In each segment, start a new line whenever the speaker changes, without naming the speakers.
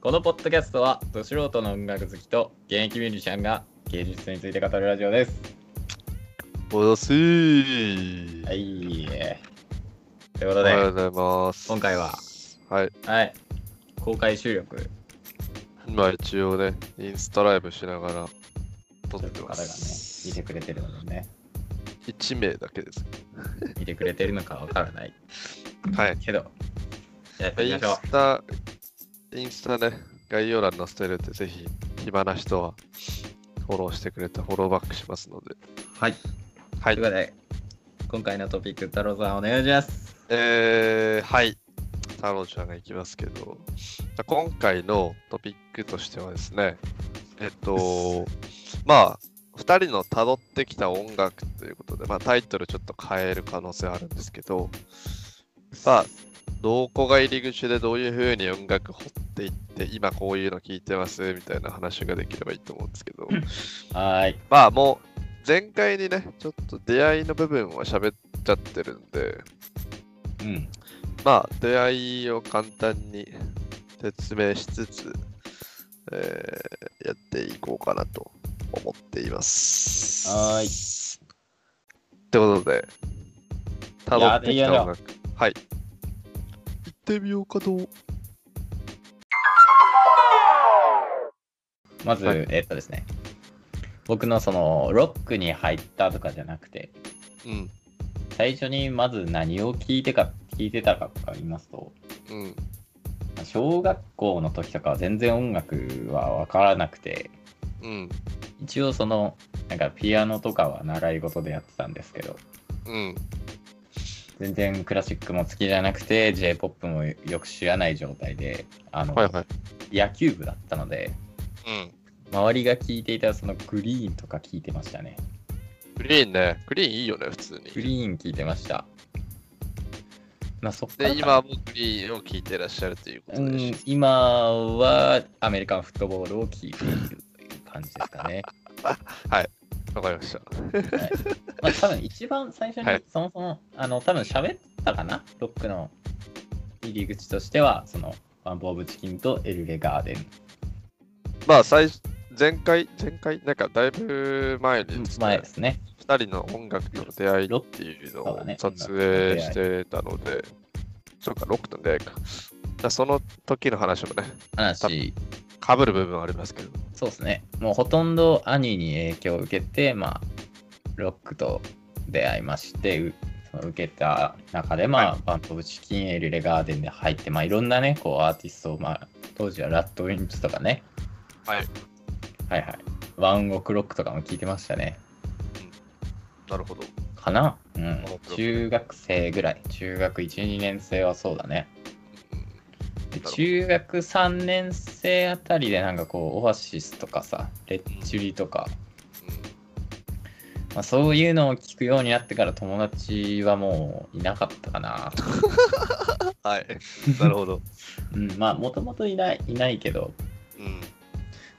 このポッドキャストは、ど素人の音楽好きと現役ミュージシャンが芸術について語るラジオです。
おはようございます
はい。ということ
おはよ
で、
うございます。
今回は。
はい。
はい。公開収録、
今一応ね、インスタライブしながら撮
ちょ
っ
っと
て
方
ま
がね、見
す。
てくれてるのでね、
一名だけです。
見てくれてるのかわからない
はい。
けど、やっていき
イン
ましょ
スタ、インスタね、概要欄に載せてるんで、ぜひ暇な人はフォローしてくれてフォローバックしますので。
う。はい。
は
というこ。
い
とで、今回のトピック、太郎さんお願いします。
えー、はい。太郎ちゃんが行きますけど、じゃあ今回のトピックとしてはですね、えっと、まあ、2人の辿ってきた音楽ということで、まあ、タイトルちょっと変える可能性はあるんですけど、まあ、どこが入り口でどういうふうに音楽掘っていって、今こういうの聞いてますみたいな話ができればいいと思うんですけど、
はーい。
まあもう前回にね、ちょっと出会いの部分は喋っちゃってるんで、
うん。
まあ、出会いを簡単に説明しつつ、えーやっていこうかなと思っています。
はー
い。ってことで、たどってきた音楽。はい。行ってみようかと。
まず、
はい
えっとですね、僕のその、ロックに入ったとかじゃなくて、
うん。
最初にまず何を聞いてか聞いてたかとか言いますと
うん。
まあ小学校の時とかは全然音楽は分からなくて
うん。
一応そのなんかピアノとかは習い事でやってたんですけど
うん。
全然クラシックも好きじゃなくて j p o p もよく知らない状態であの、
はいはい。
野球部だったので
うん。
周りが聴いていたそのグリーンとか聴いてましたね
グリーンね。グリーンいいよね、普通
グ
に。
リーン聴いてましたまあそっから
で、
か
今はもうグリーンを聴いてらっしゃるというこ
う
とでし
ん、今はアメリカンフットボールを聞いているという感じですか ね。
わかりました。
はい、まあ多分一番最初
は
に
い
そもそも、あの多分喋ったかなロックの入り口としてはそのワンポーブチキンとエルレガーデン。
まあ、最初、前回、前回、なんかだいぶ前にですね
前ですね。
2人の音楽との出会いっていうの
そうだね
を撮影してたので、そうか、ロックとの出会いか。じゃあその時の話もね、
話、
かぶる部分はありますけど。
そうですね。もうほとんど兄に影響を受けて、まあ、ロックと出会いまして、うその受けた中で、まあ、バンプ・オブ・チキン、エルレ・ガーデンで入って、まあ、いろんなね、こう、アーティストを、まあ、当時はラッドウィンプとかね、
はい。
はいはい、ワンオクロックとかも聞いてましたね。
なるほど。
かなうん
ワンオクロッ。ク
中学生ぐらい。中学1、2年生はそうだね。で
なるほど
中学3年生あたりで、なんかこう、オアシスとかさ、レッチリとか、まあ、そういうのを聞くようになってから友達はもういなかったかな。
はい。 なるほど。
うん、まあもともといないいないけど、
うん。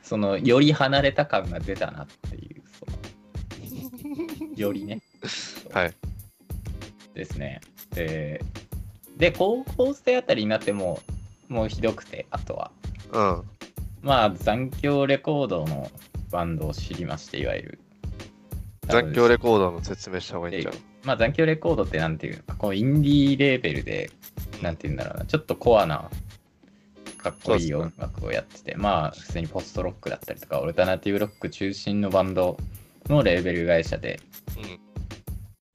そのより離れた感が出たなっていう、そのよりね。
はい。
ですね。で、で高校生あたりになってもうもうひどくて、あとは。
うん。
まあ残響レコードのバンドを知りまして、いわゆる。
残響レコードの説明した方がいいんじゃん。
まあ残響レコードってなんていうのか、こうインディーレーベルでなんて言うんだろうな、ちょっとコアな、かっこいい
そうっ
音
す
楽をやってて、まあ、普通にポストロックだったりとか、オルタナティブロック中心のバンドのレーベル会社で、
うん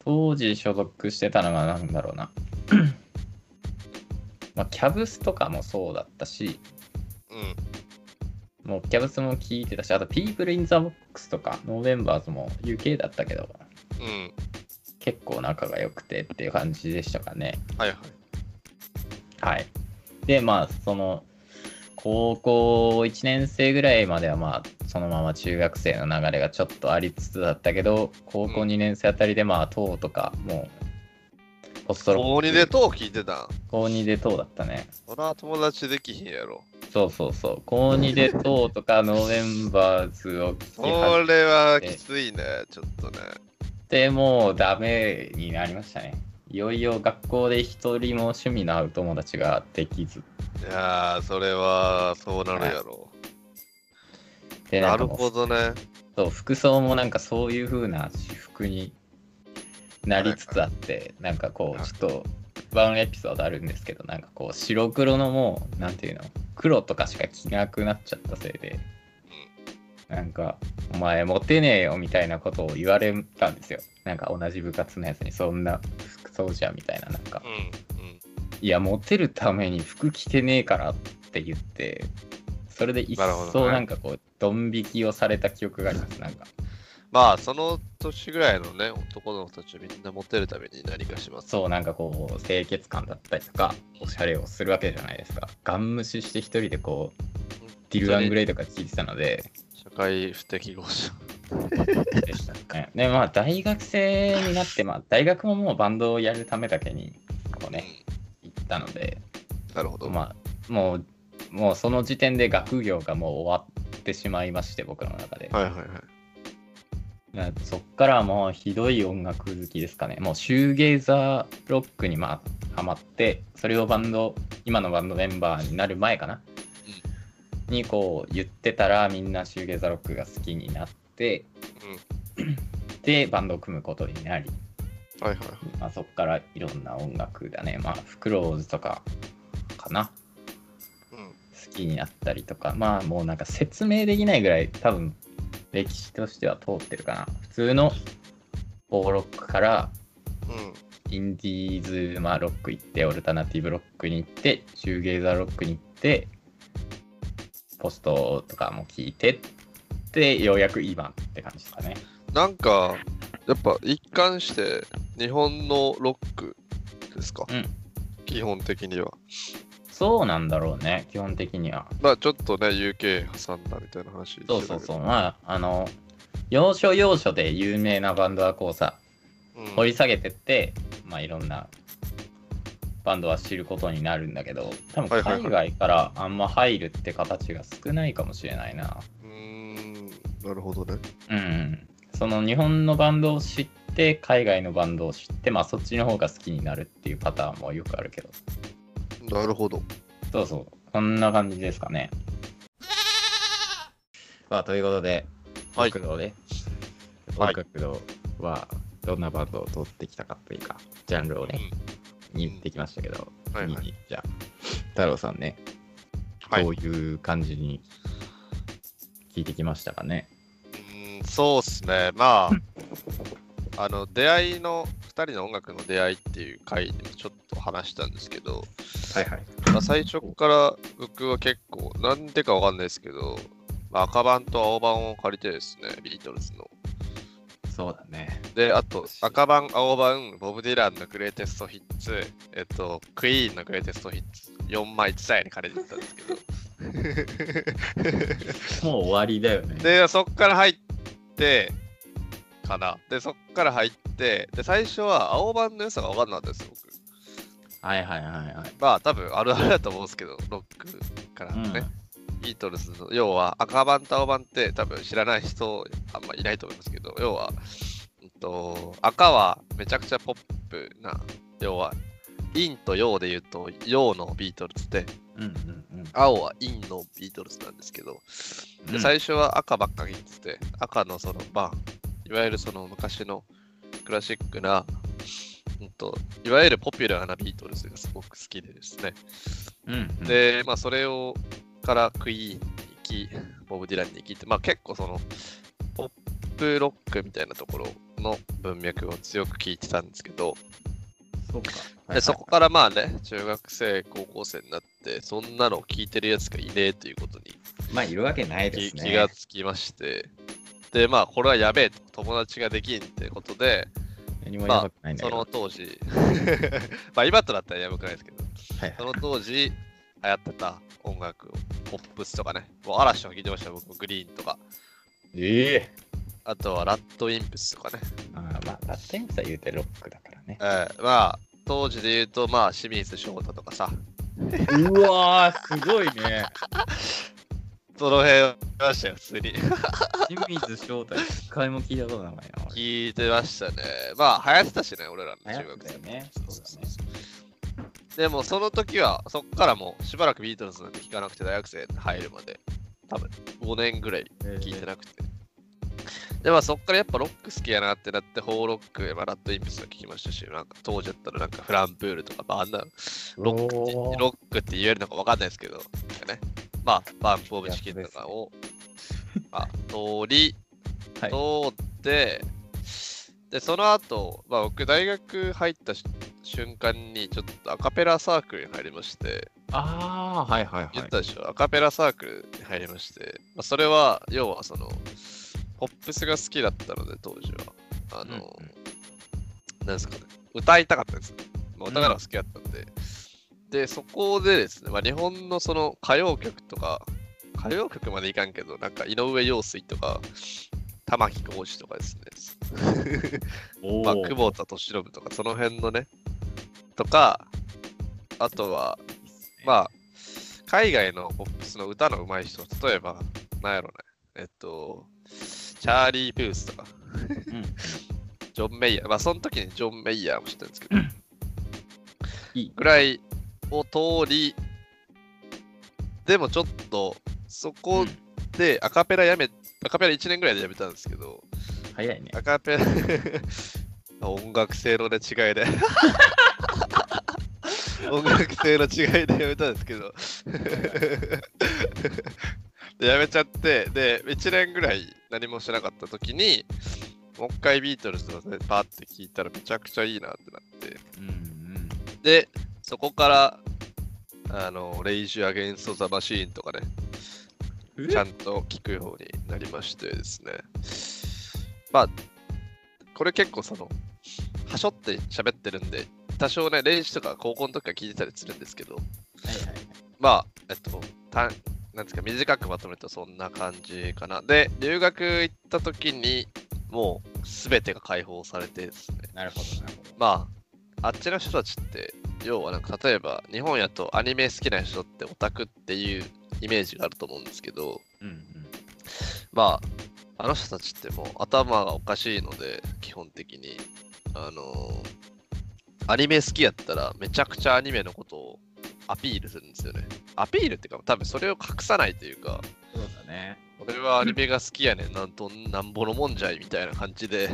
当時所属してたのがなんだろうな、 まあ、キャブスとかもそうだったし、
うん。
もうキャブスも聞いてたし、あと、People in the Box とか、ノーベンバーズも UK だったけど、
うん。
結構仲が良くてっていう感じでしたかね。
はいはい。
はい。で、まあ、その、高校1年生ぐらいまでは、まあ、そのまま中学生の流れがちょっとありつつだったけど、高校
うん
2年生あたりで、まあ、党とか、もう、ポストロック。
高2でと聞いてたん。
高2で党だったね。
そら友達できひんやろ。
そうそうそう。高2で党とか、ノーメンバーズを聞き
そ
始
れはきついね、ちょっとね。
めて、もうダメになりましたね。いよいよ学校で一人も趣味の合う友達ができず
いやー、それはそうなるやろ。
で
なん
か
る
もう
ほどね。
そう服装もなんかそういう風な私服になりつつあってなんかこう
はい
ちょっとワンエピソードあるんですけどなんかこう白黒のもうなんていうの黒とかしか着なくなっちゃったせいでなんか「お前モテねえよ」みたいなことを言われたんですよなんか同じ部活のやつにそんな服装じゃみたいななんか
うん。うん。
「いやモテるために服着てねえから」って言ってそれで一
なるほど
層
ね
なんかこうドン引きをされた記憶がありますなんか。
まあ、その年ぐらいのね、男の子たちはみんなモテるために何かします。
そうなんかこう清潔感だったりとかおしゃれをするわけじゃないですかガン無視して一人でこうディル・アングレイとか聞いてたので
社会不適合者。
でしたね でまあ大学生になってまあ大学ももうバンドをやるためだけにこうね行ったので
うんなるほど。
まあもうもうその時点で学業がもう終わってしまいまして僕の中で、
はいはいはい。
まあそっからはもうひどい音楽好きですかねもうシューゲイザーロックにまあハマってそれをバンド今のバンドメンバーになる前かな、にこう言ってたらみんなシューゲイザーロックが好きになってでバンドを組むことになり、
うん。はいはいはい。
まあ、そっからいろんな音楽だねまあフクローズとかかな
うん。
好きになったりとかまあもうなんか説明できないぐらい多分歴史としては通ってるかな普通のフォーロックから
うん。
インディーズ、まあ、ロック行って、オルタナティブロックに行って、シューゲイザーロックに行って、ポストとかも聞いてって、ようやく今って感じですかね。
なんか、やっぱ一貫して日本のロックですか、
うん
基本的には。
そうなんだろうね、基本的には。
まあちょっとね、UK 挟んだみたいな話してた
そ
けど
うそうそう。まあ、あの、要所要所で有名なバンドはこうさ、
うん。
掘り下げてって、まあ、いろんなバンドは知ることになるんだけど、多分
はいはい
海外からあんま入るって形が少ないかもしれないな。
うーん。なるほどね。
うん、その日本のバンドを知って海外のバンドを知って、まあ、そっちの方が好きになるっていうパターンもよくあるけど
なるほど。
そうそうこんな感じですかね。 まあ、ということで
はい
学童で、
はい
音楽堂はどんなバンドを取ってきたかというかジャンルをね言ってきましたけど、
うんはいはい
次にじゃあ太郎さんね、
はい
どういう感じに聞いてきましたかね。
うんそうっすね。まあ、あの、出会いの、2人の音楽の出会いっていう回でもちょっと話したんですけど、
はいはい、
まあ、最初から僕は結構、なんでかわかんないですけど、まあ、赤版と青版を借りてですね、ビートルズの。
そうだね。
で、あと、赤版、青版、ボブ・ディランのグレイテストヒッツ、えっと、クイーンのグレイテストヒッツ、4枚1台に借りてたんですけど。
もう終わりだよ ね。
で、そっから入って、かな。で、そっから入って、で、最初は青版の良さが分かんなかったです、僕。
はいはいはいはい。
まあ、多分あるあるだと思うんですけど、ロックからのね。ビートルズの、要は赤版と青版って多分知らない人あんまいないと思いますけど、要は、うんと、赤はめちゃくちゃポップな、要は、陰と陽で言うと陽のビートルズで、
うんうんうん
青は陰のビートルズなんですけど、
う
で
ん。
最初は赤ばっかりってて、赤のその、まあ、いわゆるその昔のクラシックな、うんと、いわゆるポピュラーなビートルズがすごく好きでですね。
うんうん、
で、まあ、それをからクイーンに行き、ボブ・ディランに行きって、まあ、結構その、ポップロックみたいなところの文脈を強く聞いてたんですけど、
そうか。
でそこからまあね、中学生、高校生になって、そんなのを聞いてるやつがいねえということに
まあ、いるわけないで
気
すね。
気がつきまして、で、まあ、これはやべえと、友達ができんってことで、
何もやばくないんだ
そ
けど。
の当時、 まあ、今となったらやばくないですけど、
はいはい
その当時流行ってた音楽を、ポップスとかね、もう嵐とか聞いてましたよ、僕もグリーンとか、
ええ
あとはラッドインプスとかね、
あーまあ、ラッテンプスは言うてロックだからね
え。ーまあ当時で言うと、まあ清水翔太とかさ、
うわー、すごいね。
その辺は見ましたよ、普通に。
清水翔太、一回も聞いたことないな。俺
聞いてましたね。まあ、流行ってたしね、俺らの中
流行っ
学
てた
生
よ。ね。そうだね。
でも、その時は、そっからもう、しばらくビートルズなんて聞かなくて、大学生入るまで、多分5年ぐらい聞いてなくて。で、まあ、そっからやっぱロック好きやなってなって、ホーロック、まあ、ラッドインプスも聞きましたし、なんか当時だったらなんかフランプールとか、まあ、あんなロックって
おー
ロックって言えるのかわかんないですけど、なんかね、まあ、バンプ・オブ・チキンとか を、まあ、通り、
はい
通って、で、その後、まあ、僕、大学入ったし瞬間に、ちょっとアカペラサークルに入りまして、
ああ、はいはい
言っ
は
たでしょ、アカペラサークルに入りまして、まあ、それは、要は、その、ポップスが好きだったので、当時は。あの、
うん
なんですかね、歌いたかったんですよ。まあ、歌が好きだったんで。で、そこでですね、まあ、日本のその歌謡曲とか、歌謡曲までいかんけど、なんか井上陽水とか、玉置浩二とかですね、
い。お
まあ、
ー
久保田敏信とか、その辺のね、とか、あとは、まあ、海外のポップスの歌の上手い人、例えば、なんやろね、えっと、チャーリー・ブースとか、
うん
ジョン・メイヤー、まあその時にジョン・メイヤーも知ったんですけど、
いい。
ぐらいを通り、でもちょっと、そこでアカペラやめ、アカペラ1年ぐらいでやめたんですけど、
早いね。
アカペラ 音楽性のね違いで 音楽性の違いでやめたんですけど でやめちゃってで1年ぐらい何もしなかった時にもう一回ビートルズのねパーって聞いたらめちゃくちゃいいなってなって
うんうん。
でそこからあのレイジュアゲンストザマシーンとかね ちゃんと聞く方になりましてですね。まあ、これ結構その、はしょって喋ってるんで、多少ね、練習とか高校の時から聞いてたりするんですけど、
はいはいはい。
まあ、えっと、たなんですか、短くまとめるとそんな感じかな。で、留学行った時に、もう全てが解放されてですね。
なるほど、なるほど。
まあ、あっちの人たちって、要はなんか例えば日本やとアニメ好きな人ってオタクっていうイメージがあると思うんですけど、
うんうん。
まあ、あの人たちってもう頭がおかしいので、基本的に。あのーアニメ好きやったら、めちゃくちゃアニメのことをアピールするんですよね。アピールっていうか、多分それを隠さないというか、
そうだね。
俺はアニメが好きやねん、なんとなんぼのもんじゃいみたいな感じで、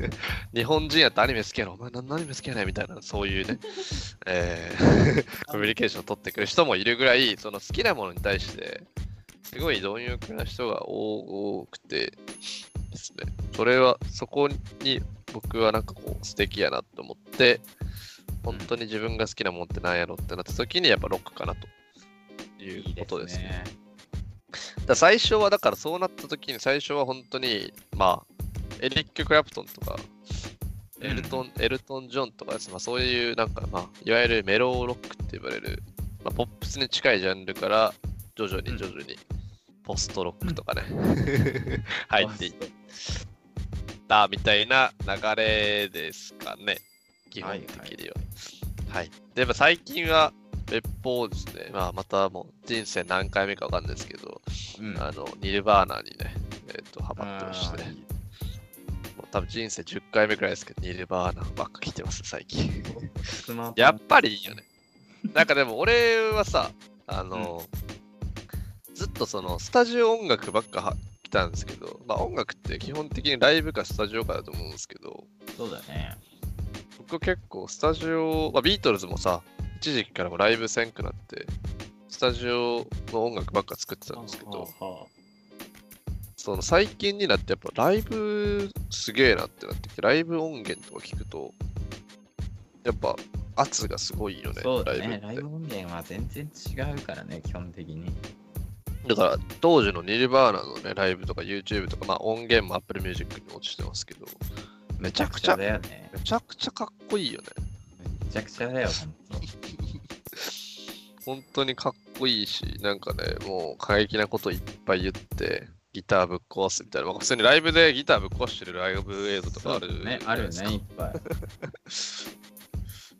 日本人やったらアニメ好きやろ、お前何のアニメ好きやねんみたいな、そういうね、えー コミュニケーションを取ってくる人もいるぐらい、その好きなものに対して、すごい貪欲な人が多多くてですね、それは、そこに僕はなんかこう、素敵やなと思って、本当に自分が好きなもんってなんやろってなった時に、やっぱロックかなとい
いうい
ことですね。
ね。
だから最初はだからそうなった時に最初は本当にまあエリック・クラプトンとかエルトン、エルトン・ジョンとかです、まあ、そういうなんかまあいわゆるメローロックって呼ばれる、まあ、ポップスに近いジャンルから徐々
うん
に徐々にポストロックとかね、 入っていっ
は
たみたいな流れですかね基本的にははい、でも最近は別方ですね、まあ、またもう人生何回目かわかんないですけど
い。うん。
あの、ニルバーナにね、えっ、と、ハマってまして、
あー
ね、もう多分人生10回目くらいですけど、ニルバーナばっか来てます、最近。
スマート
やっぱりいいよね。なんかでも俺はさ、あの、ずっとその、スタジオ音楽ばっかは来たんですけど、まあ音楽って基本的にライブかスタジオかだと思うんですけど、
そうだね。
僕結構スタジオ、まあ、ビートルズもさ、一時期からもライブせんくなって、スタジオの音楽ばっか作ってたんですけど、
は
その最近になってやっぱライブすげえなってなってきてライブ音源とか聞くとやっぱ圧がすごいよ
あ
ね
そうだ
ライ
ね。
ブっ
ライ
て
ブ音源は全然違うからね、基本的に。
だから当時のニルバーナのねライブとか YouTube とかまあ音源も Apple Music に落ちてますけどめちゃくちゃ
だよね。
めちゃくちゃかっこいいよね
めちゃくちゃだよ、ほんと。
本当にかっこいいしなんかねもう過激なこといっぱい言ってギターぶっ壊すみたいな、まあ、普通にライブでギターぶっ壊してるライブ映像とかある
そうだね
じ、ゃ
あ
ない
る
ですか
ね、いっ ぱい。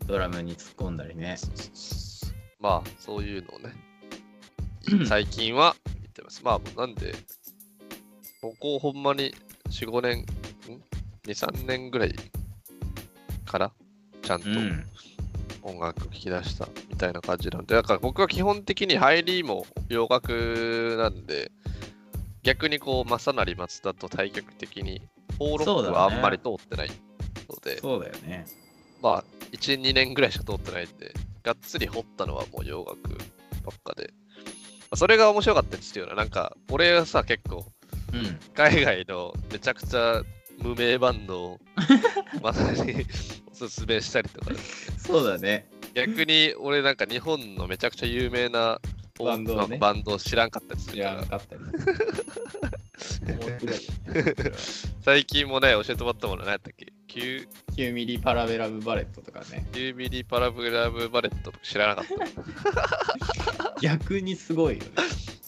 ドラムに突っ込んだりね。
まあ、そういうのをね
うん、
最近は見ってます。まあ、なんで、ここほんまに4、5年、ん ?2、3年ぐらいから、ちゃんと
うん。
音楽聴き出したみたいな感じなんで、だから僕は基本的に入りも洋楽なんで、逆にこう、正成松田と対極的に、フォーロ
そう
ッ
だ
ク
ね
はあんまり通ってないので、
そうだよね。
まあ、1、2年ぐらいしか通ってないんで、がっつり掘ったのはもう洋楽ばっかで。まあそれが面白かったですよな。なんか、俺はさ、結構、
うん。
海外のめちゃくちゃ無名バンドを、まさに おすすめしたりとか、
そうだね。
逆に俺なんか日本のめちゃくちゃ有名な
バンドをね
なんかバンドを知らんかったりす
い
るか
や、
ら
な、かったり。
最近もね、教えてもらったもの何やったっけ ?9
9ミリパラベラブバレットとかね。
9ミリパラブラブバレットとか知らなかっ
逆にすごいよ ね。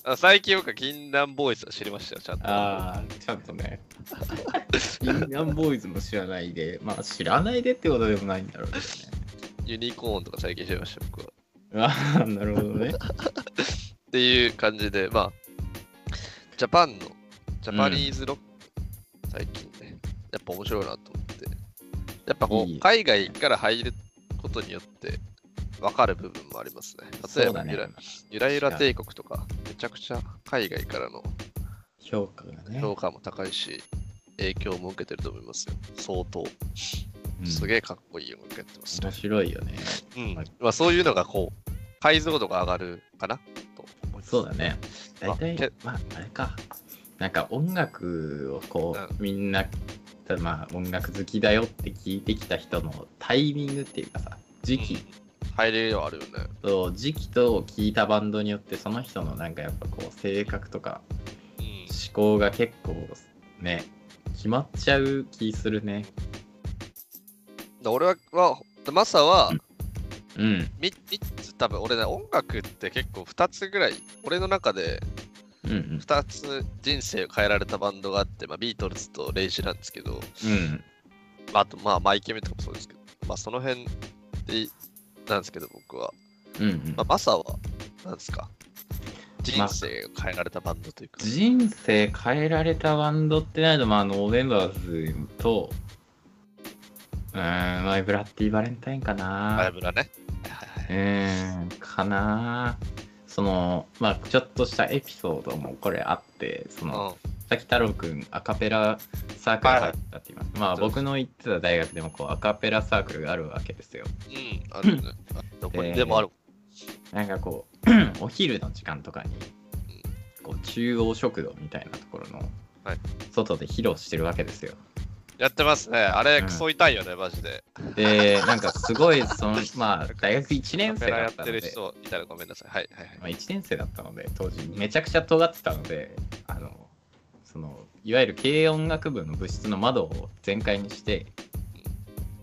た。あ最近僕は銀杏ボーイズは知りましたよ、ちゃんと。
ああ、ちゃんとね。インナンボーイズも知らないで、まあ知らないでってことでもないんだろうけどね。
ユニコーンとか最近知りました、僕は。
ああ、 なるほどね。
っていう感じで、まあ、ジャパンの、ジャパニーズロック、最近ね、やっぱ面白いなと思って。やっぱこう、
いい
海外から入ることによって、分かる部分もありますね。例え
そう
ば、
だ
ゆ
ね
ら。ゆらゆら帝国とか、めちゃくちゃ海外からの
評価がね。
評価も高いし、影響も受けてると思いますよ。相当。
うん
すげえかっこいい音楽やってます
面
ね。
白いよね。
うん
はい。
まあ、そういうのがこう、解像度が上がるかなと思います。
そうだね。大
あけ
体、まあ、あれか。なんか音楽をこう、みんな、まあ、音楽好きだよって聞いてきた人のタイミングっていうかさ、時期
入れるはあるよね。
と、時期と聞いたバンドによって、その人のなんかやっぱこう、性格とか
うん
思考が結構ね、決まっちゃう気するね。
だ俺は、まあマサは
う、うん。
み三つ多分俺ね、音楽って結構2つぐらい、俺の中で
うんうん。
2つ人生を変えられたバンドがあって、まあ、ビートルズとレイジなんですけど、
うん。
まああと、まあ、マイケメとかもそうですけど、まあ、その辺でなんですけど、僕は。
うんうん
まあ、マサは、なんですか人生を変えられたバンドというか、
人生変えられたバンドってないと、まあ、ノーベンバーズと、うーん、マイブラッディ・バレンタインか
ライ
な。
ブラね。はいはいうはい
ーん、かな。その、まあ、ちょっとしたエピソードもこれあって、その、
うん
さっき太郎くん、アカペラサークル入ったって言います。まあ、僕の行ってた大学でも、こう、アカペラサークルがあるわけですよ。
うん、あ るね。あどこにでもある。
なんかこうお昼の時間とかにこう中央食堂みたいなところの
はい
外で披露してるわけですよ。
やってますね。あ
う
れ、
ん
クソ痛いよね、マジで。
でなんかすごいそのまあ大学1年生
カメラ
だ
や
っ
ったて
の
る
で、
人いたらごめんなさい。はいはいはい。
まあ、1年生だったので当時めちゃくちゃ尖ってたのであのそのいわゆる軽音楽部の部室の窓を全開にして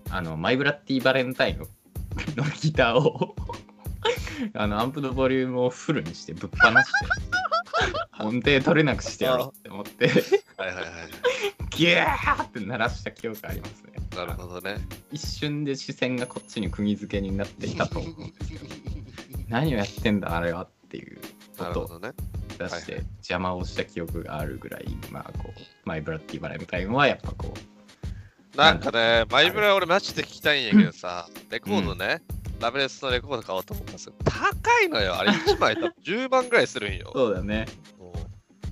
あのマイブラッティ・バレンタインの のギターを あのアンプのボリュームをフルにしてぶっ放して音程取れなくしてやろうって思って
はいはいはい。
ギャーって鳴らした記憶ありますね
なるほどね。
一瞬で視線がこっちに釘付けになって いたと思うんですけど何をやってんだあれはっていう
なる
音
ほ
を
どね。
出し
はい
て
は
邪魔をした記憶があるぐらいまあこうマイブラッティ・バレンタインはやっぱこう
なんかね、マイブラ俺マジで聞きたいんやけどさ、レコードね、ラベレスのレコード買おうと思ったんですよ。高いのよ、あれ1枚多 分10万ぐらいするんよ。
そうだね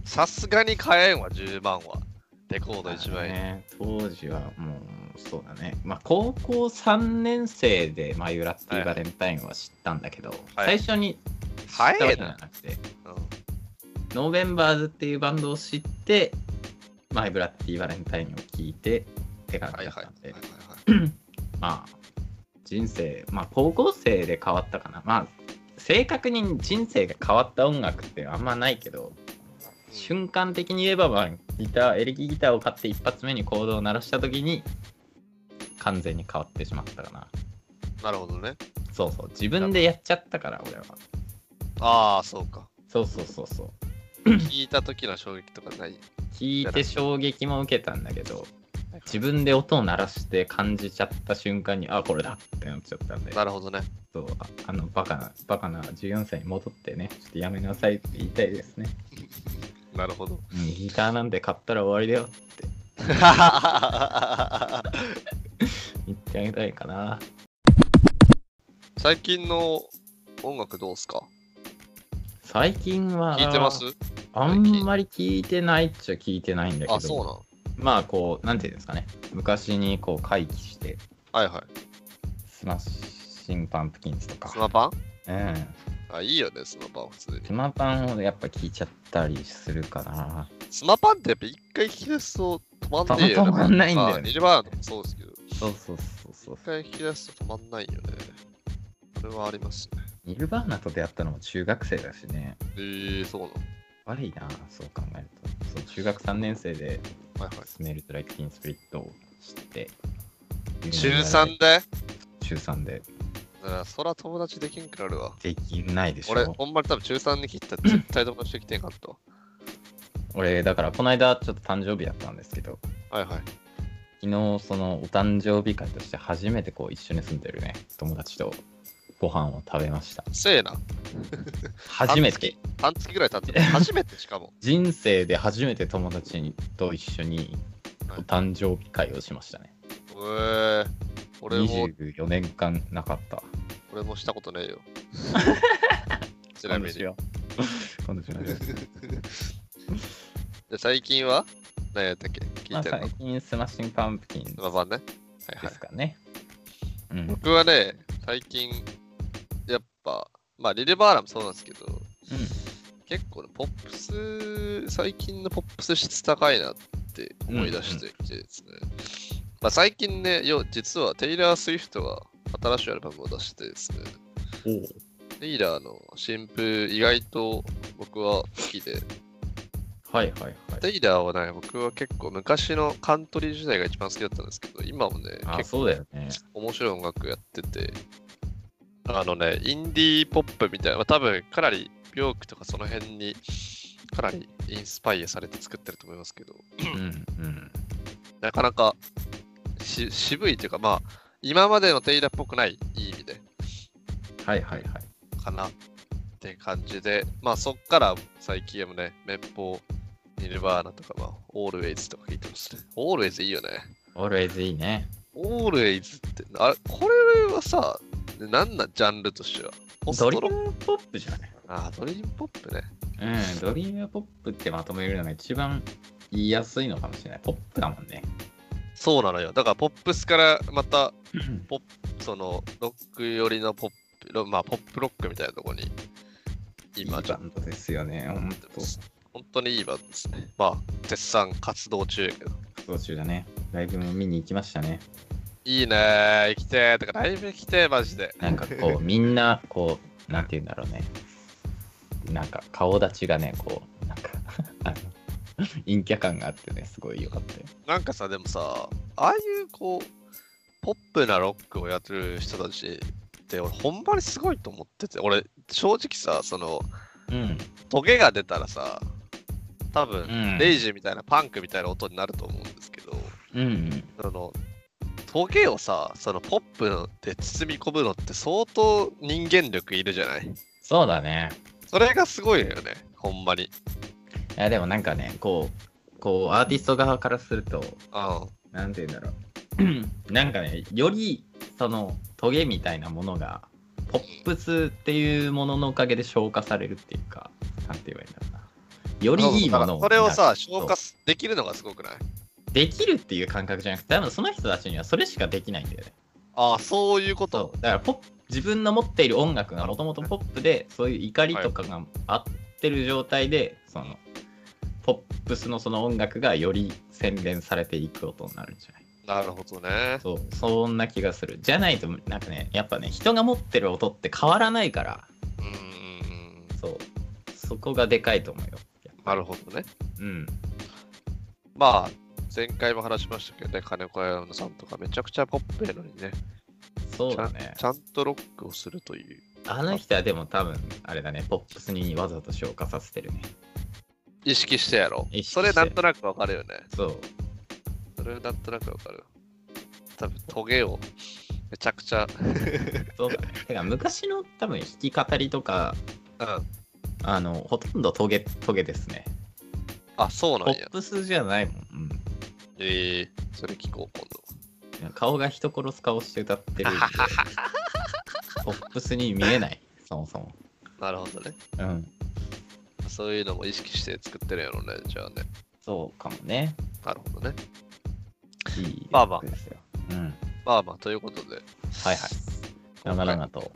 さすがに買えんわ、10万は。レコード1枚。
ね、当時はもうそうだね、まあ、高校3年生で「マイ・ブラッティ・バレンタイン」は知ったんだけど、
は
最
い
初に知ったわ
早いな
けじゃなくて、
うん
ノーベンバーズっていうバンドを知って「マイ・ブラッティ・バレンタイン」を聞いてって感
は
じ
い
だっ
はい。
たんで、
はいはい
まあ人生まあ高校生で変わったかなまあ正確に人生が変わった音楽ってあんまないけど瞬間的に言えば、まあ、ギターエレキギターを買って一発目にコードを鳴らした時に完全に変わってしまったかな
なるほどね。
そうそう自分でやっちゃったから俺は
ああ、そうか。
そうそうそうそう
聞いた時の衝撃とかない。
聞いて衝撃も受けたんだけど
はい
自分で音を鳴らして感じちゃった瞬間に、あ、これだってなっちゃったんで、ちょ
な
っ
るほどね。
と、ああの、バカな、バカな14歳に戻ってね、ちょっとやめなさいって言いたいですね。
なるほど。
うんギターなんて買ったら終わりだよって言ってあげたいかな。
最近の音楽どうっすか
最近は、
聞いてます
あんまり聞いてないっちゃ聞いてないんだけど、
あ、そうなん
まあこう、なんていうんですかね、昔にこう回帰して、
はいはい。
スマッシングパンプキンズとか、
スマパン
うん、
あ、いいよね、スマパン、普通に。
スマパンをやっぱ聞いちゃったりするかな。
スマパンってやっぱ一回聞き出すと止まんねえよね。
止まんないんだよね
まあニルバーナとかそうですけど、
そうそうそうそう
一。回聞き出すと止まんないよね。それはありますね。
ニルバーナと出会ったのも中学生だしね。
えー、そうなの。
悪いな、そう考えると。そう中学3年生で
はいはい。
スネールトライキンスプリットを知って。
中 3? で
中3で。
だからそら友達できんくなるわ。
できないでしょ。
俺、
俺、
ほんまに多分中3に切ったら絶対友達できてんかったわ。
だからこの間ちょっと誕生日だったんですけど、
はいはい。
昨日そのお誕生日会として初めてこう一緒に住んでるね、友達とご飯を食べました。
せえな。
初めて。
半月ぐらい経ってる、初めてしかも。
人生で初めて友達と一緒にお誕生日会をしましたね。
えー、俺も、
24年間なかった。
俺もしたことね えよ。ちな
今度
みに。
し
じゃ
よう。今度しましょう
あ最近は何やったっけ聞
ま
い
あ
てんの、
最近スマッシングパンプキン
スマパンね。はい
で
はい
す。かね。うん。
僕はね、最近、やっぱ、まあ、リレバーラもそうなんですけど、結構ね、ポップス、最近のポップス質高いなって思い出してきてですね。まあ、最近ね、よ実はテイラー・スウィフトが新しいアルバムを出してですね、
うん。お
テイラーの新譜、意外と僕は好きで、
はいはいはい。
テイラーはね、僕は結構昔のカントリー時代が一番好きだったんですけど、今もね、
あ、
結
そうだよね。
面白い音楽やってて、あのね、インディーポップみたいな、まあ、多分かなりビョークとかその辺にかなりインスパイアされて作ってると思いますけど、
うんうん。
なかなかし渋いというか、まあ、今までのテイラーっぽくない、いい意味で、
はいはいはい。
かなって感じで、まあそっから最近はね、綿棒、ニルバーナとか、まあ、オールウェイズとか聞いてますね。オールウェイズいいよね。
Always いいね。
オールウェイズって、あれ、これはさ、なんなん、ジャンルとしては。ポス
ド
ト
リ
ロック
ームポップじゃない
あー、ドリームポップね。
うん、ドリームポップってまとめるのが一番言いやすいのかもしれない。ポップだもんね。
そうなのよ。だからポップスからまた、その、ロック寄りのポップ、ロまあ、ポップロックみたいなとこに、今
いい
じ
バ
ゃ
ンドですよね。ほんと。
本当にいいバンドですね。まあ、絶賛活動中やけど。
活動中だね。ライブも見に行きましたね。
いいねー、行きてー。とか、ライブ行きてー、マジで。
なんか こう、みんな、こう、なんて言うんだろうね。なんか顔立ちがね、こう、なんか、 あの、陰キャ感があってね、すごい良かったよ。
なんかさ、でもさ、ああいうこう、ポップなロックをやってる人たちって、俺、ほんまにすごいと思ってて、俺、正直さ、その、
うん。
トゲが出たらさ、多分、
うん
レイジみたいなパンクみたいな音になると思うんですけど、
うん。
その、トゲをさ、そのポップで包み込むのって相当人間力いるじゃない
そうだね。
それがすごいよね、ほんまに。
いや、でもなんかね、こう、こう、アーティスト側からすると、
うん。
なんて言うんだろう。 なんかね、より、その、トゲみたいなものが、ポップスっていうもののおかげで消化されるっていうか、なんて言えばいいんだろうな。よりいいもの
それをさ、
なんか
消化すできるのがすごくない
できるっていう感覚じゃなくて多分その人たちにはそれしかできないんだよね
ああ、そういうこと。
そうだからポップ自分の持っている音楽がもともとポップでそういう怒りとかが合ってる状態で、そのポップスのその音楽がより洗練されていく音になるんじゃない
なるほどね。
そうそんな気がするじゃないとなんかねやっぱね人が持ってる音って変わらないから
うーん。
そうそこがでかいと思うよ
なるほどね。
うん
まあ、前回も話しましたけどね、金子彩乃さんとかめちゃくちゃポップやのにね、
そうだね
ちゃんとロックをするという。
あの人はでも多分あれだねポップスにわざと消化させてるね
意識してやろ
意識して
それなんとなくわかるよね。
そう
れはなんとなくわかる。多分トゲをめちゃくちゃ、
そうだねてか昔の多分弾き語りとか
うん、
あのほとんどトゲトゲですね
あ、そうな
ポ
んや
ッ。プスじゃないもん、うん
ええそれ聞こう、今度。
いや、顔が人殺す顔して歌って るんでポップスに見えないそもそも
なるほどね。
うん
そういうのも意識して作ってるやろね、じゃあね。
そうかもね
なるほどね。
いい
まあまあ
曲ですよ、うん、
まあまあ、ということで、
はいはい長々と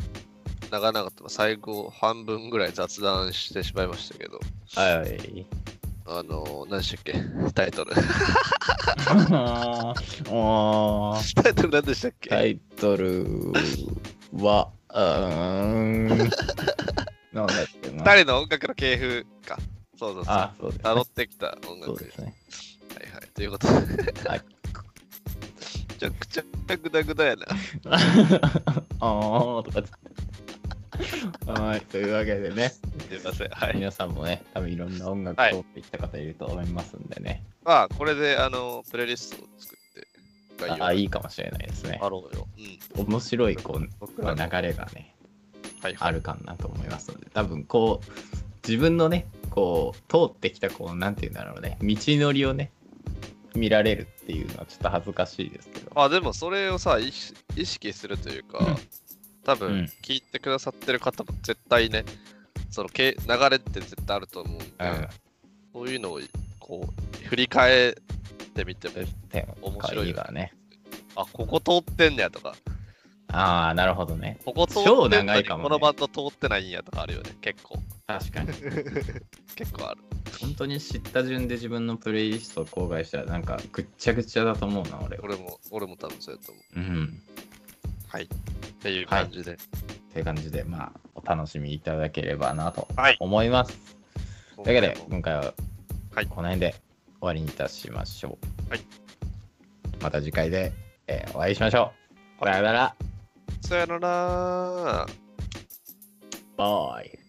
長々と最後半分ぐらい雑談してしまいましたけど、
はい
あのー、何でしたっけタイトル。
あーあー
タイトル何でしたっけ、
タイトルはうーん なんだっけな
二人の音楽の系譜か。そうそうそう。
あそうですね
辿ってきた音
そう
楽。
ですね
はいはい。ということで、め
はい
ちゃくちゃグダグダやな。
あーとかってはいというわけでね
すいません。はい。
皆さんもね多分いろんな音楽
はい
通ってきた方いると思いますんでね、
まあ、これで、あの、プレイリストを作って、概要
ああいいかもしれないですね
あろうよ。うん。
面白いこう
僕らの
流れがね
はいは
あ
い。
るかなと思いますので多分こう自分のねこう通ってきたこうなんて言うんだろうね道のりをね見られるっていうのはちょっと恥ずかしいですけど
まあ、でも、それをさ、意識意識するという
うん
か、多
うん
分、聞いてくださってる方も絶対ね、そのけ流れって絶対あると思うんで、そういうのを、こう、振り返ってみても
う、んでも
面白いよね
いいわね
あ、ここ通ってんねやとか、
ああなるほどね
ここ通
超
ってんの
長い
に
かもね
このバンド通ってないんやとかあるよね、結構。
確かに
結構ある。
本当に知った順で自分のプレイリストを公開したらなんかぐっちゃぐちゃだと思うな俺は
俺も、俺も多分そうやと思
う
う。
ん
はい。っていう感じで。
という感じでまあお楽しみいただければなと
はい
思います、
と
というわけで今回は
はい
この辺で終わりにいたしましょう、
はい
また次回で、えーお会いしましょうさよなら
さよなら
バイ